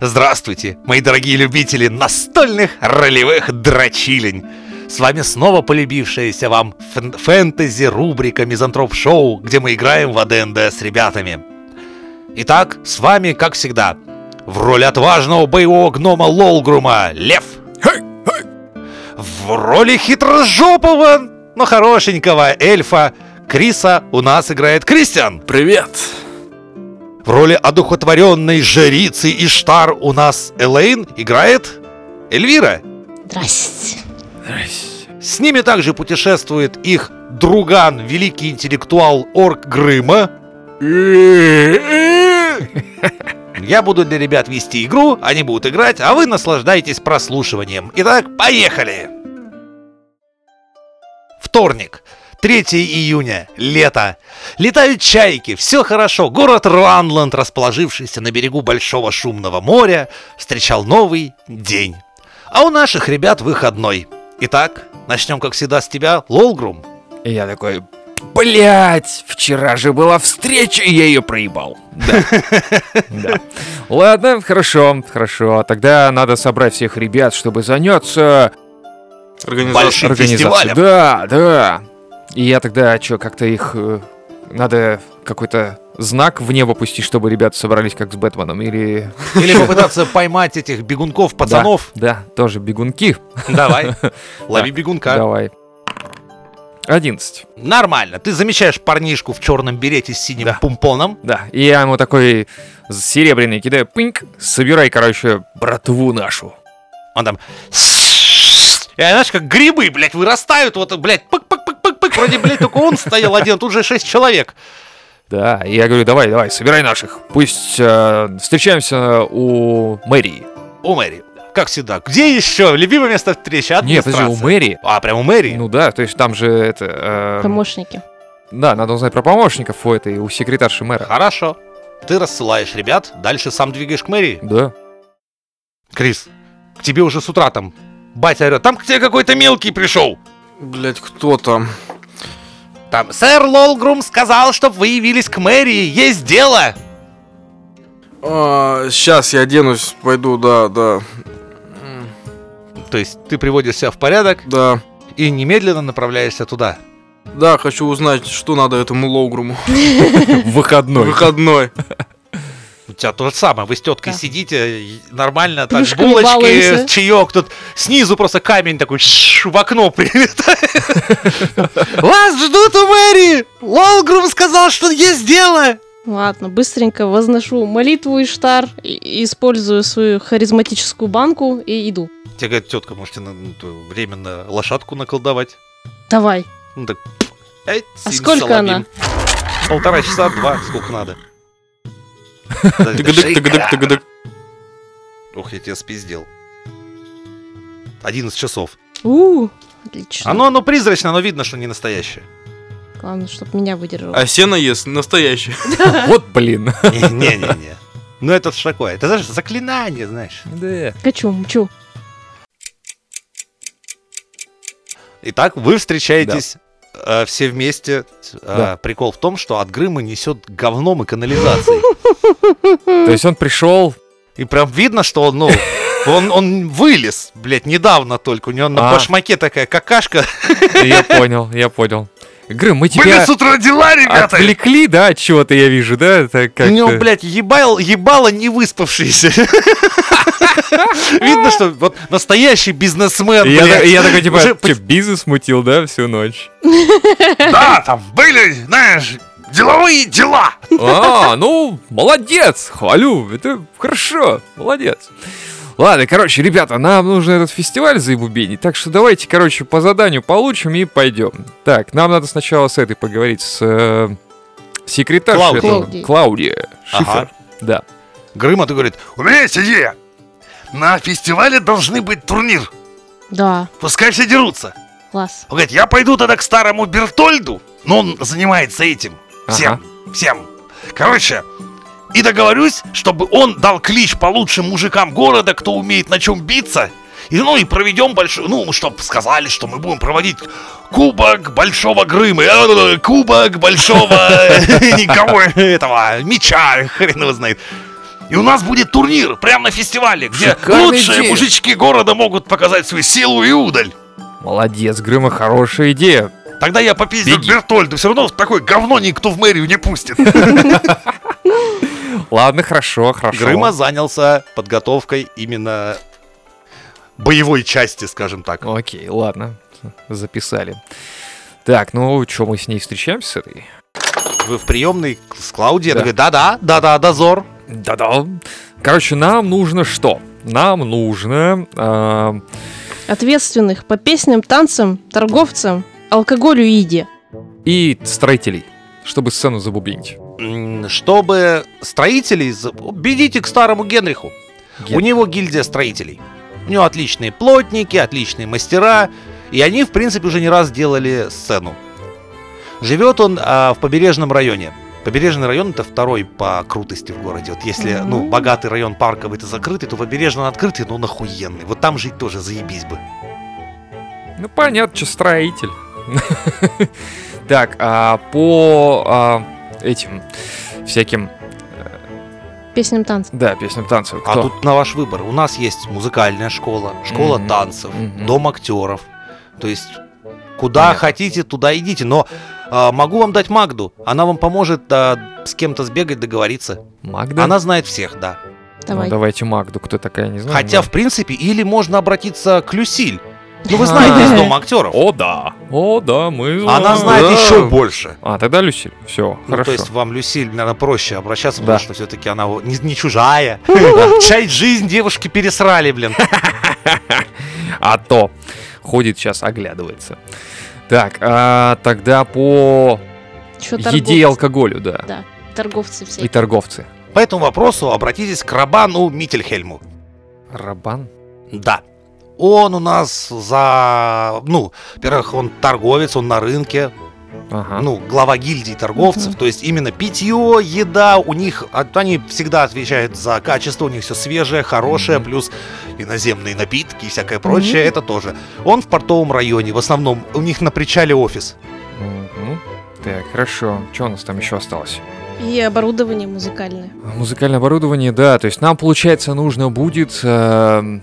Здравствуйте, мои дорогие любители настольных ролевых дрочилень! С вами снова полюбившаяся вам фэн- фэнтези-рубрика Мизантроп Шоу, где мы играем в А АДНД с ребятами. Итак, с вами, как всегда, в роли отважного боевого гнома Лолгрума Лев. В роли хитрожопого, но хорошенького эльфа Криса у нас играет Кристиан. Привет! В роли одухотворенной жрицы Иштар у нас Элейн играет Эльвира. Здрасте. С ними также путешествует их друган, великий интеллектуал Орк Грыма. Я буду для ребят вести игру, они будут играть, а вы наслаждайтесь прослушиванием. Итак, поехали! Вторник, 3 июня, лето. Летают чайки, все хорошо. Город Руанланд, расположившийся на берегу большого шумного моря, встречал новый день. А у наших ребят выходной. Итак, начнем, как всегда, с тебя, Лолгрум. И я такой, блять, вчера же была встреча, и я ее проебал. Да. Да. Ладно, хорошо, хорошо. Тогда надо собрать всех ребят, чтобы заняться Большим организацией. фестивалем. Да, да. И я тогда, что, как-то их... э, Надо какой-то знак в небо пустить, чтобы ребята собрались как с Бэтменом, или... Или попытаться поймать этих бегунков, пацанов. Да, да, тоже бегунки. Давай, лови бегунка. Давай. 11. Нормально, ты замечаешь парнишку в черном берете с синим Да. пумпоном. Да, и я ему такой серебряный кидаю, пыньк, собирай, короче, братву нашу. Он там... И они, знаешь, как грибы, блядь, вырастают, вот, блядь, пык-пык-пык-пык-пык. Вроде, блядь, только он стоял один, тут же шесть человек. Да, и я говорю, давай, давай, собирай наших. Пусть э, встречаемся у мэрии. У Мэри. Как всегда. Где еще? Любимое место встречи? Нет, подожди, у Администрация. мэрии? А, прям у Мэри? Ну да, то есть там же это... э, Помощники. да, надо узнать про помощников у этой, у секретарши мэра. Хорошо. Ты рассылаешь ребят, дальше сам двигаешь к Мэри. Да. Крис, к тебе уже с утра там. Батя орет, там к тебе какой-то мелкий пришел. Блять, кто там? Там, сэр Лолгрум сказал, чтоб вы явились к мэрии, есть дело. сейчас А, я оденусь, пойду, да, да, М, То есть ты приводишь себя в порядок да. и немедленно направляешься туда. Да, хочу узнать, что надо этому Лоугруму. Выходной. Выходной. У тебя то же самое, вы с теткой Да. сидите, и нормально, так, Кружками булочки, балуемся. чаек, тут снизу просто камень такой шш, в окно прилетает. Вас ждут у мэрии! Лолгрум сказал, что есть дело! Ладно, быстренько возношу молитву Иштар, и- использую свою харизматическую банку и иду. Тебе говорит, тетка, можете на- ну, то, временно лошадку наколдовать. Давай. Ну так, эй, А сколько она? сим-салабим. Полтора часа, два, сколько надо. Тыгдык, тыгдык, тыгдык. Ух, я тебя спиздил. 11 часов. У, отлично. Оно, оно призрачно, но видно, что не настоящее. Главное, чтобы меня выдержало. А сено ест настоящий. Вот блин. Не-не-не. Ну это ж такое. Это знаешь, заклинание, знаешь. Да. Качу, мчу. Итак, вы встречаетесь э, все вместе. Э, Да. Прикол в том, что от Грыма несет говном и канализацией. То есть он пришел... И прям видно, что он, ну, он, он вылез, блядь, недавно только. У него на А. башмаке такая какашка. Я понял, я понял. Грым, мы Были тебя с утра дела, ребята! отвлекли, да, от чего-то, я вижу, да? Это У него, как-то- блядь, ебал, ебало не выспавшийся. Видно, что вот настоящий бизнесмен, И я, та- и блядь. я такой, типа, Уже «Чё, бизнес мутил, да, всю ночь? Да, там были, знаешь, деловые дела. А, ну, молодец, хвалю, это хорошо, молодец. Ладно, короче, ребята, нам нужно этот фестиваль заебубенить, так что давайте, короче, по заданию получим и пойдем. Так, нам надо сначала с этой поговорить, с э, секретаршей Клауди. этого, Клауди. Клаудия Шифер. Ага. Да. Грыма, а ты говорит, у меня есть идея. На фестивале должны быть турнир. Да, Пускай все дерутся. класс. Он говорит, я пойду тогда к старому Бертольду. Но он занимается этим. Всем. Ага. Всем. Короче, и договорюсь, чтобы он дал клич по лучшим мужикам города, кто умеет на чем биться. И, ну и проведем большой, ну, чтоб сказали, что мы будем проводить кубок большого Грыма, э, кубок большого никого этого меча, хрен его знает. И у нас будет турнир прямо на фестивале, где Шикарная лучшие идея. мужички города могут показать свою силу и удаль. Молодец, Грыма, хорошая идея. Тогда я попиздил Беги. Бертольду, все равно в такое говно никто в мэрию не пустит. Ладно, хорошо, хорошо. Грыма занялся подготовкой именно боевой части, скажем так. Окей, ладно, записали. Так, ну что, мы с ней встречаемся с этой? Вы в приемной с Клаудией? Да. Она говорит, да-да, да-да, дозор. Да-да. Короче, нам нужно что? Нам нужно... эм, Ответственных по песням, танцам, торговцам, алкоголю и еде. и строителей, чтобы сцену забубнить. М, Чтобы строителей... за- Бегите к старому Генриху. Ген- У него гильдия строителей. У него отличные плотники, отличные мастера. И они, в принципе, уже не раз делали сцену. Живет он а, в побережном районе. Побережный район это второй по крутости в городе. Вот если, Мгм. ну, богатый район парковый это закрытый, то побережный он открытый, но он охуенный. Вот там жить тоже заебись бы. Ну, понятно, что строитель. Так, а по а, этим всяким, Песням, танцам. да, песням танцев. А кто? тут на ваш выбор. У нас есть музыкальная школа, школа Мгм, танцев, мгм. дом актеров. То есть, куда Понятно. хотите, туда идите. Но а, могу вам дать Магду. Она вам поможет а, с кем-то сбегать, договориться. Магда? Она знает всех, да. Ну, Давай. давайте Магду, кто такая, не знаю. Хотя, но- в принципе, или можно обратиться к Люсиль. Ну, вы А. знаете из дома актеров. О, да. О, да, мы знаем. Она знает Да. еще больше. А, тогда Люсиль. Все, Ну, хорошо. то есть вам, Люсиль, наверное, проще обращаться, потому Да. что все-таки она вот не, не чужая. Часть жизнь девушки пересрали, блин. А то. Ходит сейчас, оглядывается. Так, а, тогда по Чё еде и алкоголю, да. Да. торговцы И все. торговцы. По этому вопросу обратитесь к Рабану Мительхельму. Рабан? Да. Он у нас за... Ну, во-первых, он торговец, он на рынке, Ага. ну, глава гильдии торговцев, то есть именно питье, еда, у них, а- они всегда отвечают за качество, у них все свежее, хорошее, Мгм. плюс иноземные напитки и всякое прочее, Мгм. это тоже. Он в портовом районе, в основном, у них на причале офис. Мгм. Так, хорошо. Что у нас там еще осталось? И оборудование музыкальное. Музыкальное оборудование, да. То есть нам, получается, нужно будет... эм,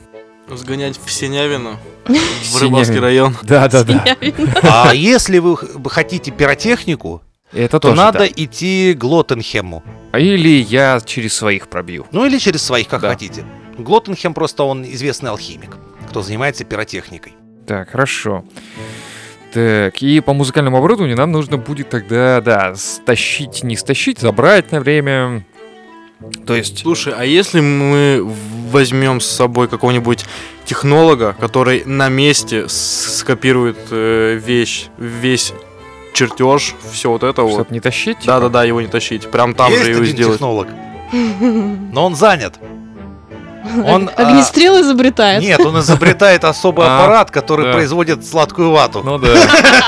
Сгонять в Синявино, в Синявин. Рыбацкий район. Да, да, да. А если вы х- хотите пиротехнику, Это то тоже надо идти к Глоттенхему. да. Или я через своих пробью. Ну или через своих, как Да. хотите. Глоттенхем просто он известный алхимик, кто занимается пиротехникой. Так, хорошо. Так, и по музыкальному оборудованию нам нужно будет тогда, да, стащить, не стащить, забрать на время. То есть... Слушай, а если мы в- возьмем с собой какого-нибудь технолога, который на месте с- скопирует э, вещь, весь чертеж, все вот это вот. Чтоб не тащить? типа? Да-да-да, его не тащить. Прям там Есть же его один сделать. технолог, но он занят. Он, а, Огнестрел изобретает. Нет, он изобретает особый А, аппарат, который да. производит сладкую вату. Ну да.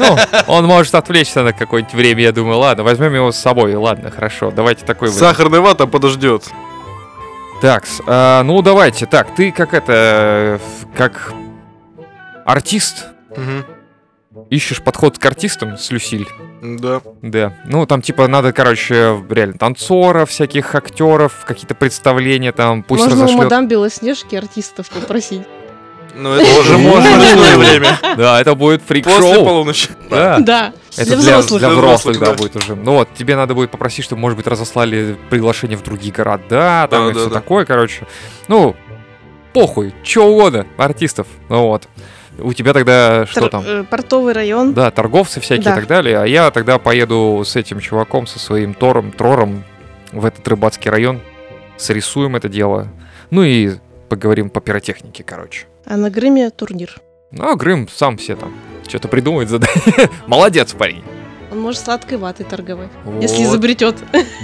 Ну, он может отвлечься на какое-нибудь время, я думаю. Ладно, возьмем его с собой. Ладно, хорошо. Давайте такой вариант. Сахарный вата подождет. Так, с- а, ну давайте. Так, ты как это, э, как артист ищешь подход к артистам с Люсиль. Да. Да. Ну, там, типа, надо, короче, реально танцоров, всяких актеров, какие-то представления там, пусть Можно у разошлет. мадам Белоснежки артистов попросить. Ну это Тоже уже можно можно. в любое время. Да, это будет После фрик-шоу. полуночи. Да. Да, Это для для, взрослых. для взрослых, Для взрослых, да, да. будет уже. Ну вот, тебе надо будет попросить, чтобы, может быть, разослали приглашение в другие города, там Да, и да, все да. такое, короче. Ну, похуй, чё угодно, артистов. Ну вот. У тебя тогда что Тор- там? э, Портовый район. Да, торговцы всякие Да. и так далее. А я тогда поеду с этим чуваком, со своим Тором, Трором в этот рыбацкий район. Срисуем это дело. Ну и поговорим по пиротехнике, короче. А на Грыме турнир. Ну, а Грым сам все там что-то придумает. зада- Молодец, парень. Он может сладкой ватой торговать, если Вот. изобретет.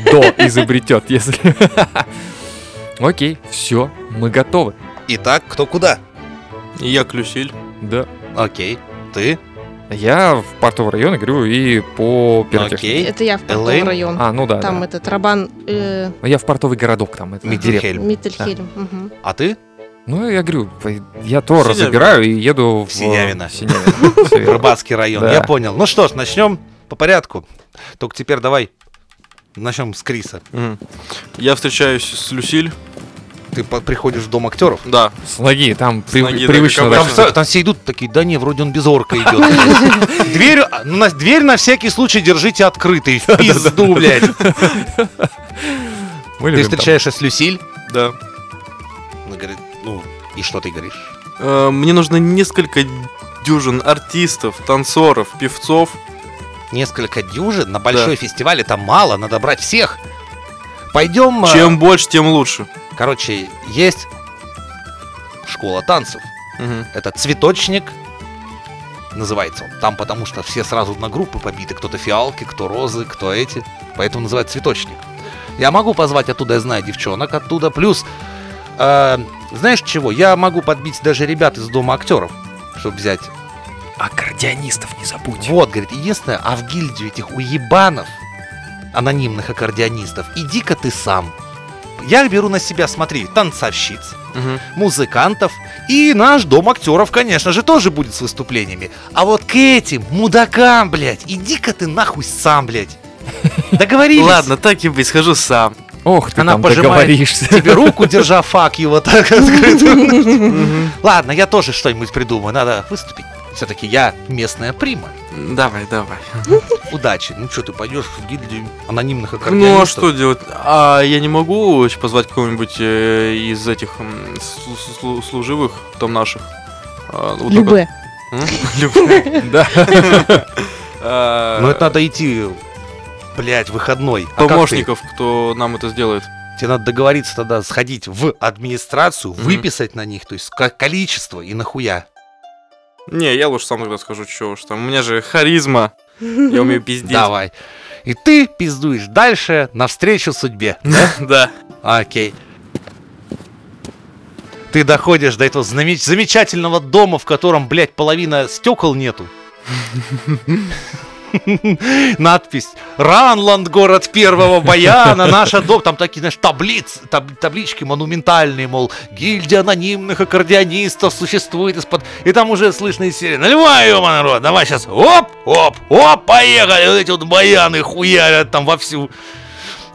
До изобретет, если... Окей, все, мы готовы. Итак, кто куда? И Я Клюсиль. Да. Окей. Ты? Я в портовый район играю и по пиротехнике. Окей. Это я в портовый Элэйн? район. А, ну да, Там да. этот Рабан э, Я в портовый городок там. Это... Митерхельм. Миттельхельм. Мгм. А ты? Ну, я говорю, по- я то Синявина. разыграю и еду в... Синявина. Синявина. Всё верно. Рыбацкий район, Да. я понял. Ну что ж, начнем по порядку. Только теперь давай Начнем с Криса. Мгм. Я встречаюсь с Люсиль. Ты по- приходишь в дом актеров. Да. С ноги, там при- ноги, да, привычно. как Там так. все, там все идут такие, да не, вроде он без орка идет. Дверь, а, ну, на- дверь на всякий случай держите открытой. В пизду, блядь. Мы Ты любим там. встречаешься с Люсиль. Да. Она говорит, ну, и что ты говоришь? Э, Мне нужно несколько дюжин артистов, танцоров, певцов. Несколько дюжин на большой фестивале, там мало, надо брать всех. Пойдем... а, Чем больше, тем лучше. Короче, есть школа танцев. Мгм. Это цветочник называется он. Там потому что все сразу на группы побиты. Кто-то фиалки, кто розы, кто эти. Поэтому называют цветочник. Я могу позвать оттуда, я знаю девчонок оттуда. Плюс, э, знаешь чего? Я могу подбить даже ребят из дома актеров, чтобы взять. Аккордеонистов не забудь. Вот, говорит, единственное, а в гильдию этих уебанов, анонимных аккордеонистов, иди-ка ты сам. Я беру на себя, смотри, танцовщиц, Мгм. музыкантов. И наш дом актеров, конечно же, тоже будет с выступлениями. А вот к этим мудакам, блядь, иди-ка ты нахуй сам, блядь. Договорились? Ладно, так и быть, схожу сам. Ох, ты Она там пожимает договоришься. Тебе руку держа, фак его так открыто. Мгм. Ладно, я тоже что-нибудь придумаю, надо выступить. Все-таки я местная прима. Давай, давай. Удачи. Ну что, ты пойдешь в гильдию анонимных Ну а аккордеонистов? что делать? А я не могу еще позвать кого-нибудь э, из этих м, слу- слу- служивых, там наших. А, вот так Любе. вот. М? Любе. Да. А, Ну это надо идти, блядь, выходной. А как ты? Помощников, кто нам это сделает. Тебе надо договориться тогда сходить в администрацию, выписать на них, то есть ко- количество и нахуя. Не, я лучше сам тогда скажу, чего уж там. У меня же харизма. Я умею пиздеть. Давай. И ты пиздуешь дальше навстречу судьбе. Да. А, Окей. Ты доходишь до этого знаме- замечательного дома, в котором, блядь, половина стекол нету. Надпись «Ранланд, город первого баяна, наша дом». Там такие, знаешь, таблиц, таб- таблички монументальные, мол, гильдия анонимных аккордеонистов существует из-под... И там уже слышно из серии «Наливай, ё народ, давай сейчас, оп, оп, оп, поехали!» Вот эти вот баяны хуярят там вовсю.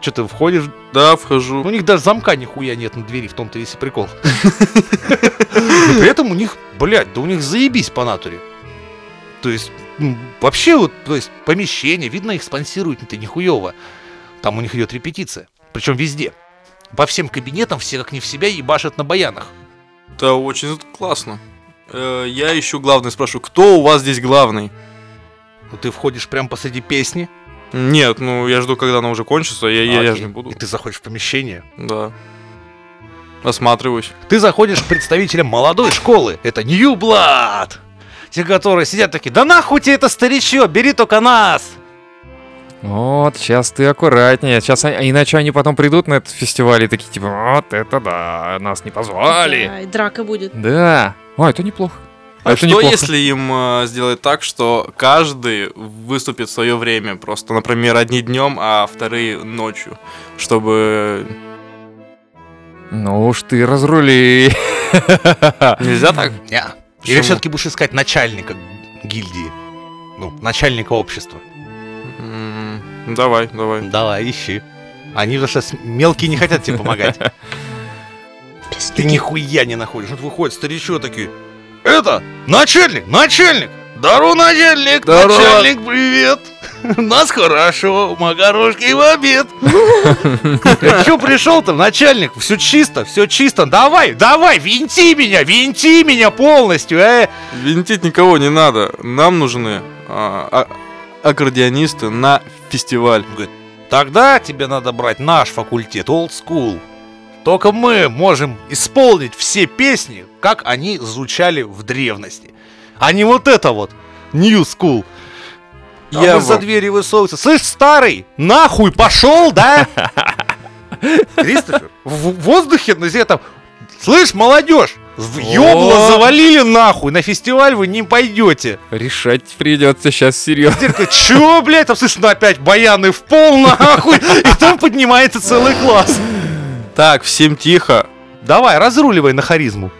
Что ты входишь Да, вхожу. Ну, у них даже замка нихуя нет на двери, в том-то весь и прикол. Но при этом у них, блядь, да у них заебись по натуре. То есть, м, вообще вот, то есть, помещение, видно, их спонсируют это нихуево. Там у них идет репетиция. Причем везде. По всем кабинетам все как не в себя ебашат на баянах. Это очень классно. Э, Я ищу главный, спрашиваю, кто у вас здесь главный? Ну, ты входишь прямо посреди песни, Нет, ну я жду, когда она уже кончится, я, я- я окей, же не буду. и ты заходишь в помещение. Да. Осматриваюсь. Ты заходишь к представителям молодой школы. Это New Blood. Те, которые сидят такие, да нахуй тебе это старичье, бери только нас. Вот, сейчас ты аккуратнее. Сейчас, они- а иначе они потом придут на этот фестиваль и такие, типа, вот это да, нас не позвали. Да, и драка будет. Да. А, это неплохо. А это что неплохо. если им э, сделать так, что каждый выступит в свое время? Просто, например, одни днем, а вторые ночью. Чтобы. Ну уж ты разрули. Нельзя так? Не. Или Почему? все-таки будешь искать начальника гильдии? Ну, начальника общества. М, М-м-м, Давай, давай. Давай, ищи. Они же сейчас мелкие не хотят тебе помогать. Ты нихуя не находишь. Вот выходят старичо такие. Это начальник, начальник. Дару, начальник, Здорово. начальник, привет. Нас хорошо, макарошки в обед. Че пришел-то, начальник? Все чисто, все чисто. Давай, давай, винти меня, винти меня полностью, э. Винтить никого не надо. Нам нужны а, а- аккордеонисты на фестиваль. Тогда тебе надо брать наш факультет, Old School. Только мы можем исполнить все песни, как они звучали в древности. А не вот это вот, New School. Я Я А за вам. двери высовываются. Слышь, старый, нахуй пошел, да? Кристофер, в воздухе, на земле там, слышь, молодежь, в ёбло О. завалили нахуй, на фестиваль вы не пойдете. Решать придется сейчас серьезно. Дирка, чё, блядь, там слышно опять баяны в пол, нахуй, и там поднимается целый класс. Так, всем тихо. Давай, разруливай на харизму.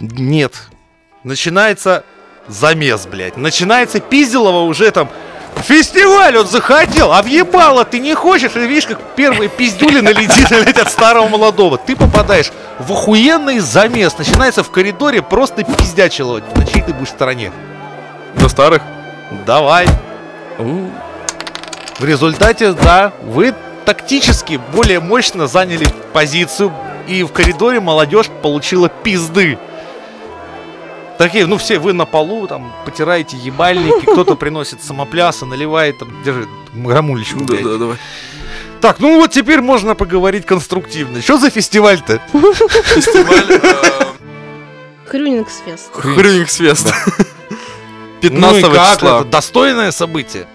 Нет. Начинается замес, блядь. Начинается пизделово уже там Фестиваль он захотел, объебало ты не хочешь, и видишь, как первая пиздюлина летит блядь, от старого молодого. Ты попадаешь в охуенный замес, начинается в коридоре просто пиздячило, на чьей ты будешь стороне. До старых? Давай. У, В результате, да, вы тактически более мощно заняли позицию, и в коридоре молодежь получила пизды. Такие, ну все, вы на полу, там, потираете ебальники, кто-то приносит самопляса, наливает, там, держи, грамулечку, блядь. давай. Так, ну вот теперь можно поговорить конструктивно. Что за фестиваль-то? э, Хрюнингсфест. Хрюнингсфест. 15 15 Ну числа. достойное событие.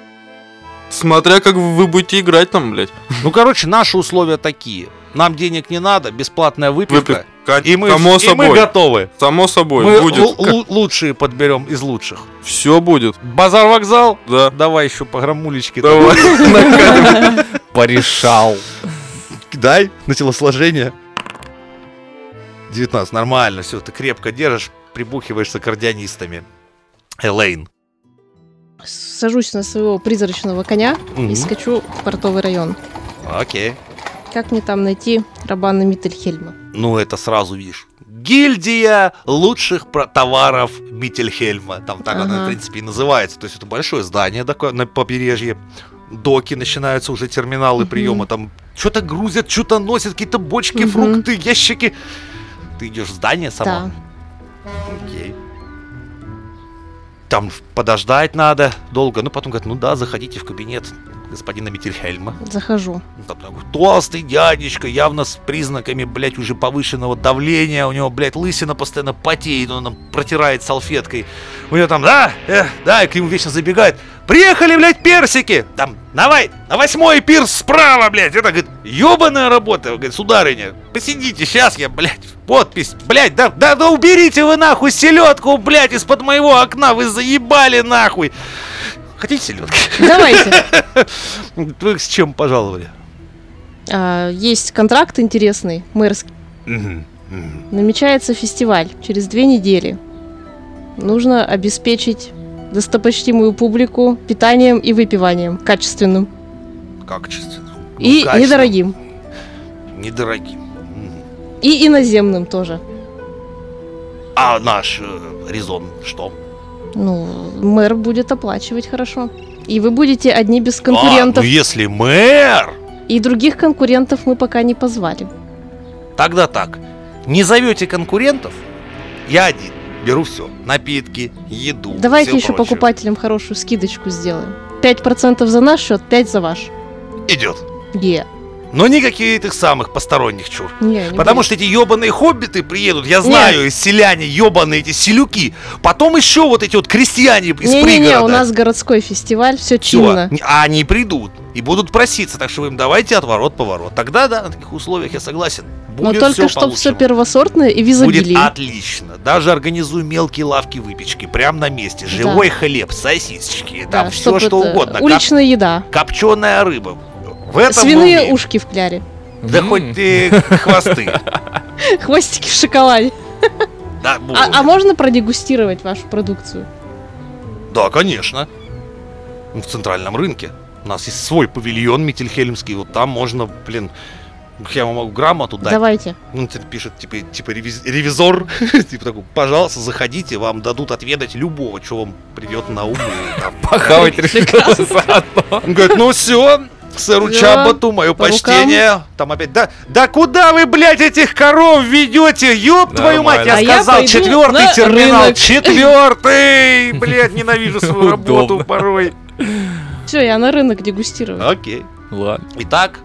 Смотря как вы будете играть там, блядь. Ну, короче, наши условия такие. Нам денег не надо, бесплатная выпивка. Выпивка, И мы, само и мы собой. готовы. Само собой, Мы будет. лу- лу- лучшие подберем из лучших. Все будет, Базар вокзал. да. Давай еще по грамулечке. Давай. Порешал. Кидай на телосложение. 19. Нормально, все, ты крепко держишь, прибухиваешься кардионистами. Элейн. Сажусь на своего призрачного коня и скачу в портовый район. Окей. Как мне там найти Рабана Миттельхельма? Ну, это сразу видишь. Гильдия лучших про- товаров Миттельхельма. Там так она, Ага. в принципе, и называется. То есть это большое здание такое на побережье. Доки начинаются уже терминалы Мгм. приема. Там что-то грузят, что-то носят, какие-то бочки, Мгм. фрукты, ящики. Ты идешь в здание Да. само? Окей. Там подождать надо долго. Ну, потом говорят, ну да, заходите в кабинет господина Миттельхельма. Захожу. Ну, там такой толстый дядечка, явно с признаками, блядь, уже повышенного давления. У него, блядь, лысина постоянно потеет, он нам протирает салфеткой. У него там, да, э, да, и к нему вечно забегает. Приехали, блядь, персики! Там, давай, на восьмой пирс справа, блядь! Это, говорит, ебаная работа, говорит, сударыня. Посидите, сейчас я, блядь, подпись, блядь, да, да, да уберите вы нахуй селедку, блядь, из-под моего окна, вы заебали нахуй! Хотите селедки? Давайте. Вы с чем пожаловали? А, Есть контракт интересный, мэрский. Намечается фестиваль через две недели. Нужно обеспечить достопочтимую публику питанием и выпиванием качественным Как чисто? и Ну, качественно. недорогим. Недорогим. Мгм. И иноземным тоже. А наш э, резон что? Ну, мэр будет оплачивать хорошо. И вы будете одни без А, конкурентов. ну если мэр, И других конкурентов мы пока не Ну, позвали. тогда так. Не зовете конкурентов, я один. Беру все. Напитки, еду. Давайте всё еще прочее. покупателям хорошую скидочку сделаем. 5% за наш счет, 5 за ваш. Идет. Е. Но никаких этих самых посторонних чур. Не, не Потому будет. что эти ебаные хоббиты приедут, я Не. знаю, селяне ебаные эти селюки. Потом еще вот эти вот крестьяне из Не-не-не, пригорода. у нас городской фестиваль, Всё. все чинно. А они придут и будут проситься, так что вы им давайте отворот поворот. Тогда да, на таких условиях я согласен. Но Будет только всё чтобы все по-лучшему. первосортное и в изобилии. Будет а, отлично. Даже организую мелкие лавки выпечки прямо на месте. Живой хлеб, сосисочки, Да, там все чтоб что это- угодно. Уличная еда. Копченая рыба. В этом Свиные мы умеем. ушки в кляре. Да М. хоть ты хвосты. Хвостики в шоколаде. Да, будут. А, а можно продегустировать вашу продукцию? Да, конечно. Ну, В центральном рынке. У нас есть свой павильон Миттельхельмский. Вот там можно, блин, я вам могу грамоту дать. Давайте. Ну, тебе пишет, типа, типа ревиз- ревизор, типа такой, пожалуйста, заходите, вам дадут отведать любого, что вам придет на ум. и там». Похавать решил Он говорит, ну все, сэру Всё, Чабату, мое по почтение. Там опять, да, да куда вы, блядь, этих коров ведете? Ёб твою мать, я Нормально. А я сказал, пойду четвертый на терминал, рынок. четвертый! Блядь, ненавижу свою работу Удобно. порой. Все, я на рынок дегустирую. Окей. Ладно. Итак,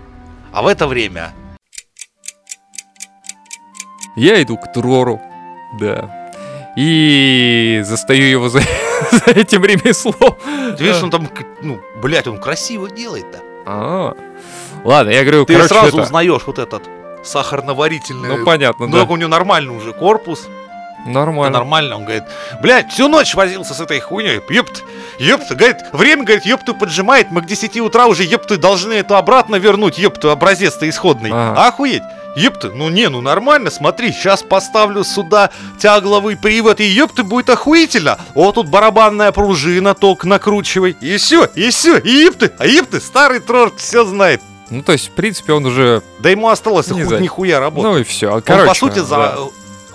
а в это время Я иду к Трору. Да. И застаю его за, за этим ремеслом. Ты видишь, он там, к- ну, блядь, он красиво делает-то. А. Ладно, я говорю, Ты короче, сразу э, это- узнаешь вот этот сахарноварительный. Ну понятно, да. Много у него нормальный уже корпус. Ну, Нормально. Нормально, он говорит, блядь, всю ночь возился с этой хуйней, ёпт, ёпт, говорит, время, говорит, ёпту поджимает, мы к 10 утра уже, ёпту, должны эту обратно вернуть, ёпту, образец-то исходный, А Ага. охуеть, ёпты, ну не, ну нормально, смотри, сейчас поставлю сюда тягловый привод, и ёпты, будет охуительно, о, тут барабанная пружина, ток накручивай, и все, и все, и ёпты, а ёпты, старый тролль все знает, Ну, то есть, в принципе, он уже... да ему осталось Не хуй знаю. нихуя работать, Ну и все. он, Короче, по сути, за э, да.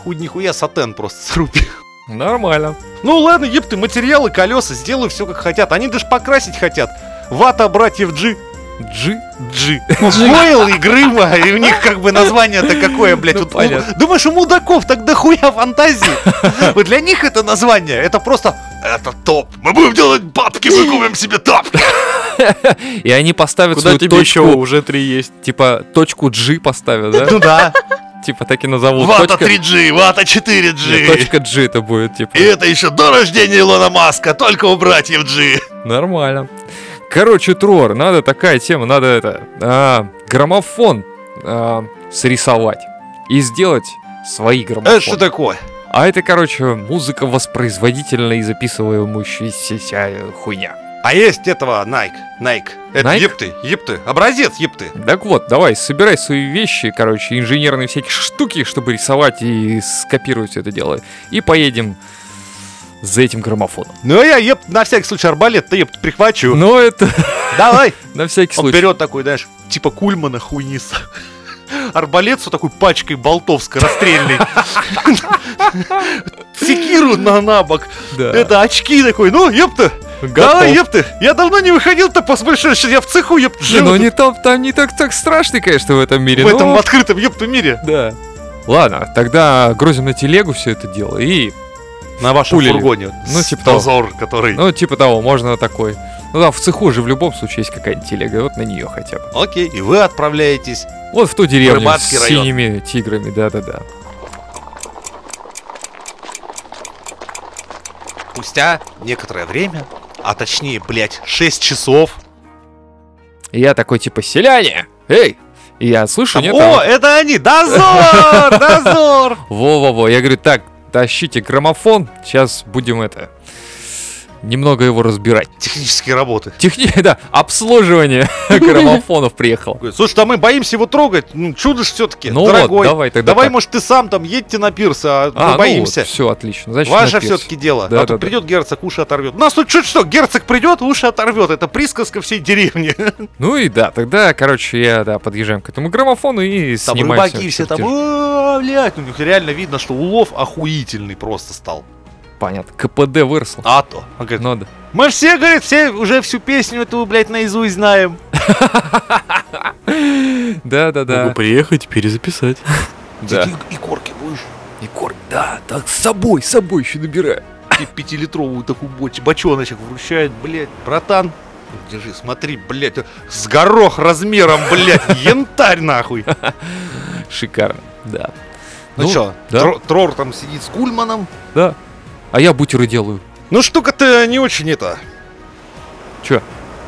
хуй нихуя сатен просто срубил. Нормально. Ну ладно, еб ты, материалы, колеса, сделай все как хотят. Они даже покрасить хотят. Вата братьев G. Джи. G. Гойл и Грыма, и у них как бы название-то какое, блядь. Ну, вот у- понятно. Думаешь, у мудаков тогда хуя фантазии? Вот для них это название, это просто... Это топ. Мы будем делать бабки, мы купим себе тапки. И они поставят Куда свою тебе еще? точку, Уже три есть. типа, точку G поставят, да? Ну да. Типа, так и назовут. Вата Точка- 3G, вата Нет, 4G. Точка G это будет, типа. И это еще до рождения Илона Маска, только у братьев G. Нормально. Короче, Трор, надо такая тема, надо это а, граммофон а, срисовать и сделать Э, свои граммофоны. такое? А это, короче, музыка воспроизводительная и записывающаяся хуйня. А есть этого Nike, Nike. Это Nike? епты, епты, образец епты. Так вот, давай, собирай свои вещи, короче, инженерные всякие штуки, чтобы рисовать и скопировать это дело. И поедем за этим граммофоном. Ну а я епт на всякий случай арбалет-то епт прихвачу. Но это Давай. на всякий Он случай. берет такой, знаешь, типа Кульмана хуйниса. Арбалет с вот такой пачкой болтов скорострельной. Секиру на набок. Да. Это очки такой. Ну, епта. Готов. Давай, епта. Я давно не выходил-то, посмотри, что я в цеху, епта, Не, ну живу. они там, там не так, так страшно, конечно, в этом мире. В этом но- открытом, епта, мире. Да. Ладно, тогда грузим на телегу все это дело и, На вашем Пулили. фургоне. Ну, С- типа того. Дозор, который... ну, типа того, можно такой. Ну да, в цеху же в любом случае есть какая-нибудь телега, и вот на нее хотя бы. Окей, и вы отправляетесь. Вот в ту деревню Рыбацкий с район. синими тиграми, да-да-да. Спустя некоторое время, а точнее, блядь, 6 часов, И я такой, типа, селяне! Эй! И я слышу, Там, нет, О, там- это они! Дозор! Дозор! во-во-во, я говорю, так, тащите граммофон, сейчас будем это, немного его разбирать. Технические работы. Техни... да, обслуживание граммофонов приехало. Говорит, Слушай, да мы боимся его трогать. Ну, чудо ж все-таки, Ну вот, дорогой. давай тогда Давай, так. может, ты сам там едьте на пирс, а А, мы боимся. все, отлично. Значит, Ваше на пирс. все-таки дело. а Да, то да, да. придет герцог, уши оторвет. У нас тут чуть что, герцог придет, уши оторвет. Это присказка всей деревни. Ну и да, тогда, короче, я, да, подъезжаем к этому граммофону и Там снимаю рыбаки всё, все всё там, те же- «О, блядь, у них реально видно, что улов охуительный просто стал. Понятно, КПД выросло. А то. Он говорит, Надо. мы все, говорит, все уже всю песню эту, блядь, наизусть знаем. Да-да-да. Могу приехать и перезаписать. Да. И, и корки будешь? Егор, да, так с собой, с собой еще набираю. И пятилитровую такую боч- бочоночек вручает, блядь, братан. Держи, смотри, блядь, с горох размером, блядь, янтарь нахуй. Шикарно, да. Ну, что, да. Трор там сидит с Кульманом. Да. А я бутеры делаю. Ну, штука-то не очень это. Чё?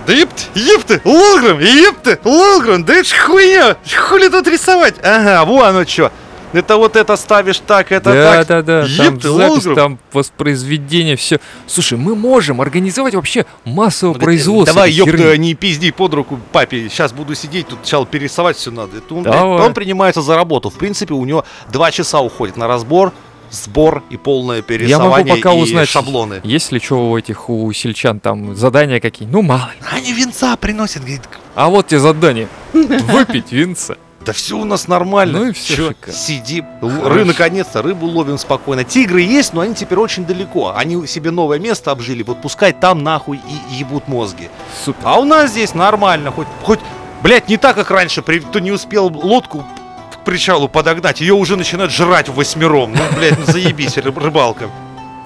Да епт, епты, Лолгрен, епты, Лолгрен, да это ж хуйня, хули тут рисовать? Ага, во оно чё. Это вот это ставишь так, это так. Да-да-да, там Еб ты, запись, Лонгров. там воспроизведение, все. Слушай, мы можем организовать вообще массовое производство. Давай, этой херни. ёпта, не пизди под руку папе. Сейчас буду сидеть, тут сначала перерисовать все надо. Это он, блядь, Давай. он принимается за работу. В принципе, у него два часа уходит на разбор, сбор и полное Я могу перерисование пока и узнать, шаблоны. есть ли что у этих, у сельчан там задания какие. Ну, мало ли. Они венца приносят, говорит, А вот тебе задание. Выпить винца. да все у нас нормально. Ну и всё Чё, шикарно. Сиди, Хорошо. ры, наконец-то, рыбу ловим спокойно. Тигры есть, но они теперь очень далеко. Они себе новое место обжили, вот пускай там нахуй и ебут мозги. Супер. А у нас здесь нормально, хоть, хоть, блядь, не так, как раньше, при- кто не успел лодку к причалу подогнать, ее уже начинают жрать восьмером. Ну, блядь, ну заебись, ры- рыбалка.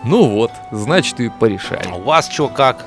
Ну вот, значит и порешаем. А у вас чё, как?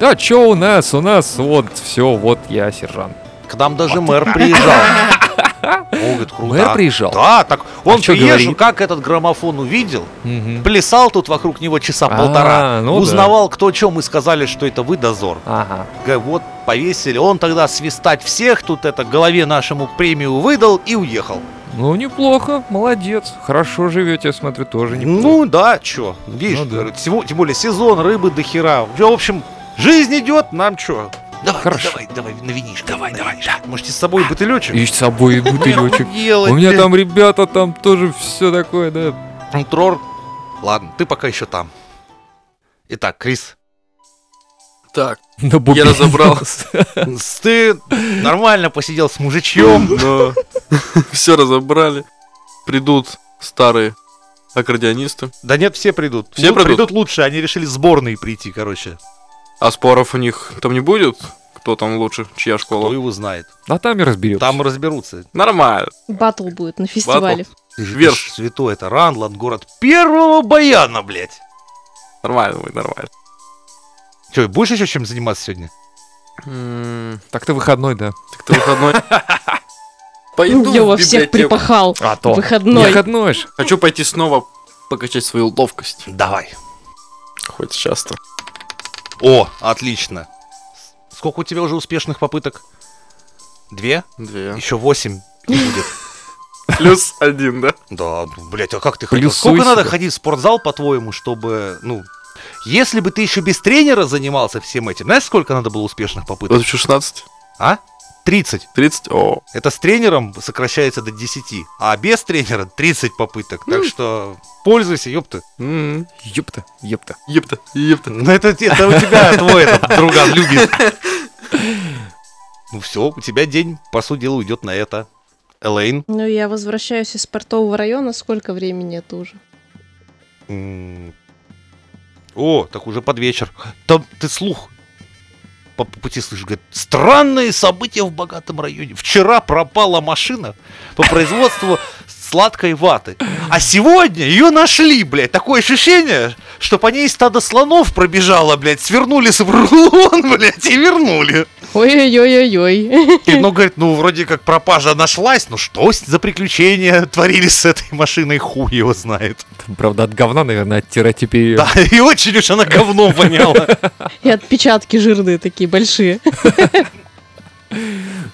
Да чё у нас? У нас вот все, вот я сержант. К нам даже мэр приезжал. О, говорит, круто. Мэр приезжал? Да, так он чё приезжал, говорит? А как этот граммофон увидел, Мгм. плясал тут вокруг него часа А, полтора, ну да. узнавал, кто чем, и сказали, что это вы дозор. Ага. Г- Вот, повесили. Он тогда свистать всех, тут это голове нашему премию выдал и уехал. Ну, неплохо, молодец. Хорошо живете, я смотрю, тоже неплохо. Ну да, чё, видишь, Ну да. говорю, всего- тем более сезон рыбы до хера. В общем, жизнь идет, нам чё. Давай, Хорошо. давай, давай, на винишко. Давай, давай, Можете с собой бутылечек? И с собой и бутылечек. У меня там ребята, там тоже все такое, да. Трор. Ладно, ты пока еще там. Итак, Крис, Так, на бубне. разобрался. ты нормально посидел с мужичьем. все разобрали. Придут старые аккордеонисты. Да нет, все придут. Все Лу- придут? лучше, они решили сборные прийти, короче. А споров у них там не будет? Кто там лучше, чья Кто школа? его знает. А там и разберемся. Там разберутся. Нормально. Баттл будет на фестивале. Ты же- ты Верш. ж святой, это Ранланд, город первого баяна, блядь. Нормально будет, нормально. Че, будешь еще чем заниматься сегодня? М, Так-то выходной, да. Так ты выходной. Ну, Пойду я в во всех библиотеку. припахал. А Выходной. Выходной ж. Хочу пойти снова покачать свою ловкость. Давай. Хоть часто. О, отлично. С- Сколько у тебя уже успешных попыток? Две? Две. Еще восемь не будет. Плюс один, да? Да, блять, а как ты ходил? Плюсуй Сколько надо себе. ходить в спортзал, по-твоему, чтобы, ну... Если бы ты еще без тренера занимался всем этим, знаешь, сколько надо было успешных попыток? Вот еще 16. А? 30. 30. О, Это с тренером сокращается до 10, а без тренера 30 попыток. Ну, Так что пользуйся, ёпта. М, Ёпта, ёпта. Епта, епта. Ну это, те- это у тебя твой этот друган любит. Ну все, у тебя день, по сути дела, уйдет на это. Элейн. Ну, я возвращаюсь из портового района. Сколько времени это уже? М. О, так уже под вечер. Там ты слух. По по пути слышишь, говорит, странные события в богатом районе. Вчера пропала машина по производству сладкой ваты. А сегодня ее нашли, блядь. Такое ощущение, что по ней стадо слонов пробежало, блядь. Свернули с в рулон, блядь, и вернули. Ой-ой-ой-ой. И, ну, говорит, ну, вроде как пропажа нашлась, ну что с- за приключения творили с этой машиной, хуй его знает. Там, правда, от говна, наверное, оттирать теперь её. Да, и очень уж она говном воняла. И отпечатки жирные такие большие.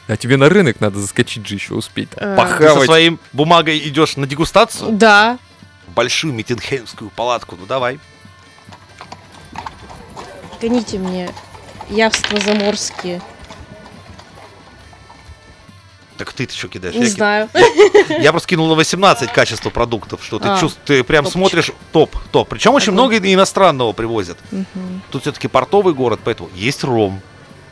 А тебе на рынок надо заскочить же еще успеть. там, Э, Ты со Похавать. своим бумагой идешь на дегустацию? Да. Большую митингхеймскую палатку, ну давай. Гоните мне явства заморские. Так ты-то что кидаешь? Не Я, ки- знаю. я просто кинул на 18 качество продуктов, что ты А, чувств- ты прям топчик. смотришь топ, топ. Причем очень Огонь. много иностранного привозят. Мгм. Тут все-таки портовый город, поэтому есть ром.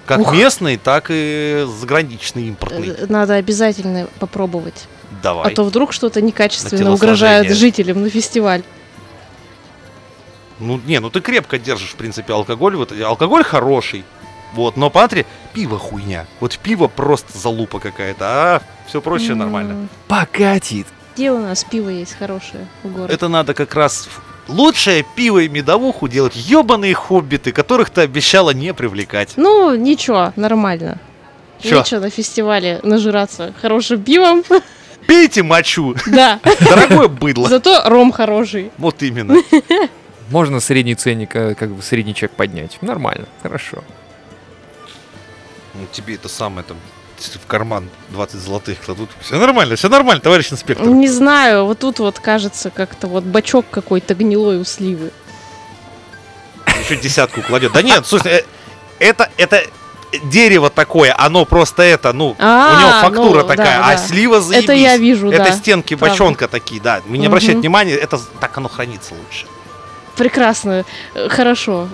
Как Ух. местный, так и заграничный импортный. Э, Надо обязательно попробовать. Давай. А то вдруг что-то некачественно На угрожает телосложение. жителям на фестиваль. Ну, не, ну ты крепко держишь, в принципе, алкоголь. Вот, и алкоголь хороший. Вот, но патри, пиво хуйня. Вот пиво просто залупа какая-то, а все прочее М, нормально. Покатит. Где у нас пиво есть хорошее в городе? Это надо как раз в- лучшее пиво и медовуху делать ебаные хоббиты, которых ты обещала не привлекать. Ну, ничего, нормально. Чё? Нечего на фестивале нажираться хорошим пивом. Пейте мочу, Да, дорогое быдло. зато ром хороший. Вот именно. Можно средний ценник, э, как бы средний чек поднять. Нормально, хорошо. Ну, тебе это самое там если в карман 20 золотых кладут. Все нормально, все нормально, товарищ инспектор. Не знаю, вот тут вот кажется как-то вот бачок какой-то гнилой у сливы. Еще десятку кладет. Да нет, слушай, э, это, это дерево такое, оно просто это, ну, у него А, фактура ну, такая, да, а да. слива заебись. Это я вижу, Это да. стенки правда. бочонка такие, да. Вы Не обращайте Мгм. внимания, это так оно хранится лучше. Прекрасно, э, хорошо,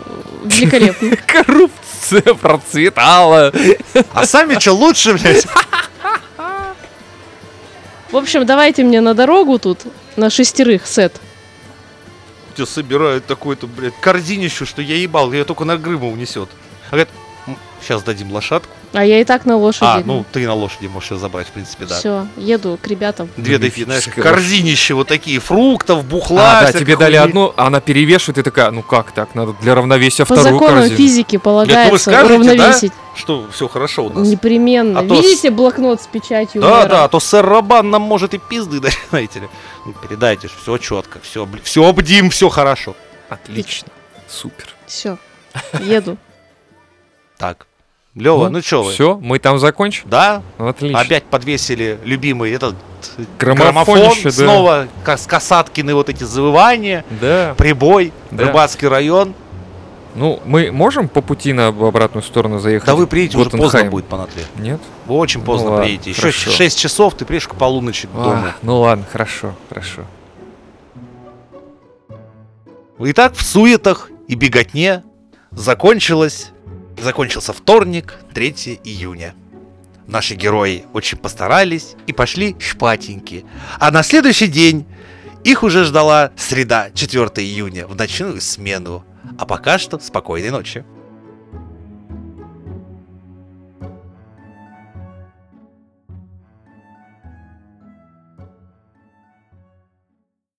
э, великолепно. Коррупция процветала. А сами что лучше, блядь? В общем, давайте мне на дорогу тут, на шестерых сет. Тебя собирают такую-то, блядь, корзинищу, что я ебал, ее только на Грыма унесет. А говорят, сейчас дадим лошадку. А я и так на лошади. А, ну ты на лошади можешь ее забрать, в принципе, да. Все, еду к ребятам. Две такие, знаешь, Мифическая корзинища вот такие, фруктов, бухла. А, да, всякой тебе дали хуйни. одну, а она перевешивает, и такая, ну как так, надо для равновесия По вторую законам корзину. физики полагается скажете, да? уравновесить. Что, все хорошо у нас. Непременно. А то с- Видите блокнот с печатью? Да, мэра? да, а то сэр Рабан нам может и пизды дать, знаете ли. Ну, передайте, все четко, все, все обдим, все хорошо. Отлично. Супер. Все, еду. Так. Лева, ну, чё вы? Все, мы там закончим. Да, Отлично. опять подвесили любимый этот Граммофон, граммофон, еще, да. снова кас- Касаткины вот эти завывания, Да. прибой, Да. рыбацкий район. Ну, мы можем по пути на обратную сторону заехать? Да вы приедете, в уже поздно Готтенхайм? будет по Натле. Нет? Вы очень поздно Ну ладно, приедете. Еще хорошо. 6 часов ты приедешь к полуночи дома. А, ну ладно, хорошо, хорошо. Итак, в суетах и беготне закончилось, закончился вторник, 3 июня. Наши герои очень постарались и пошли шпатеньки. А на следующий день их уже ждала среда, 4 июня, в ночную смену. А пока что спокойной ночи.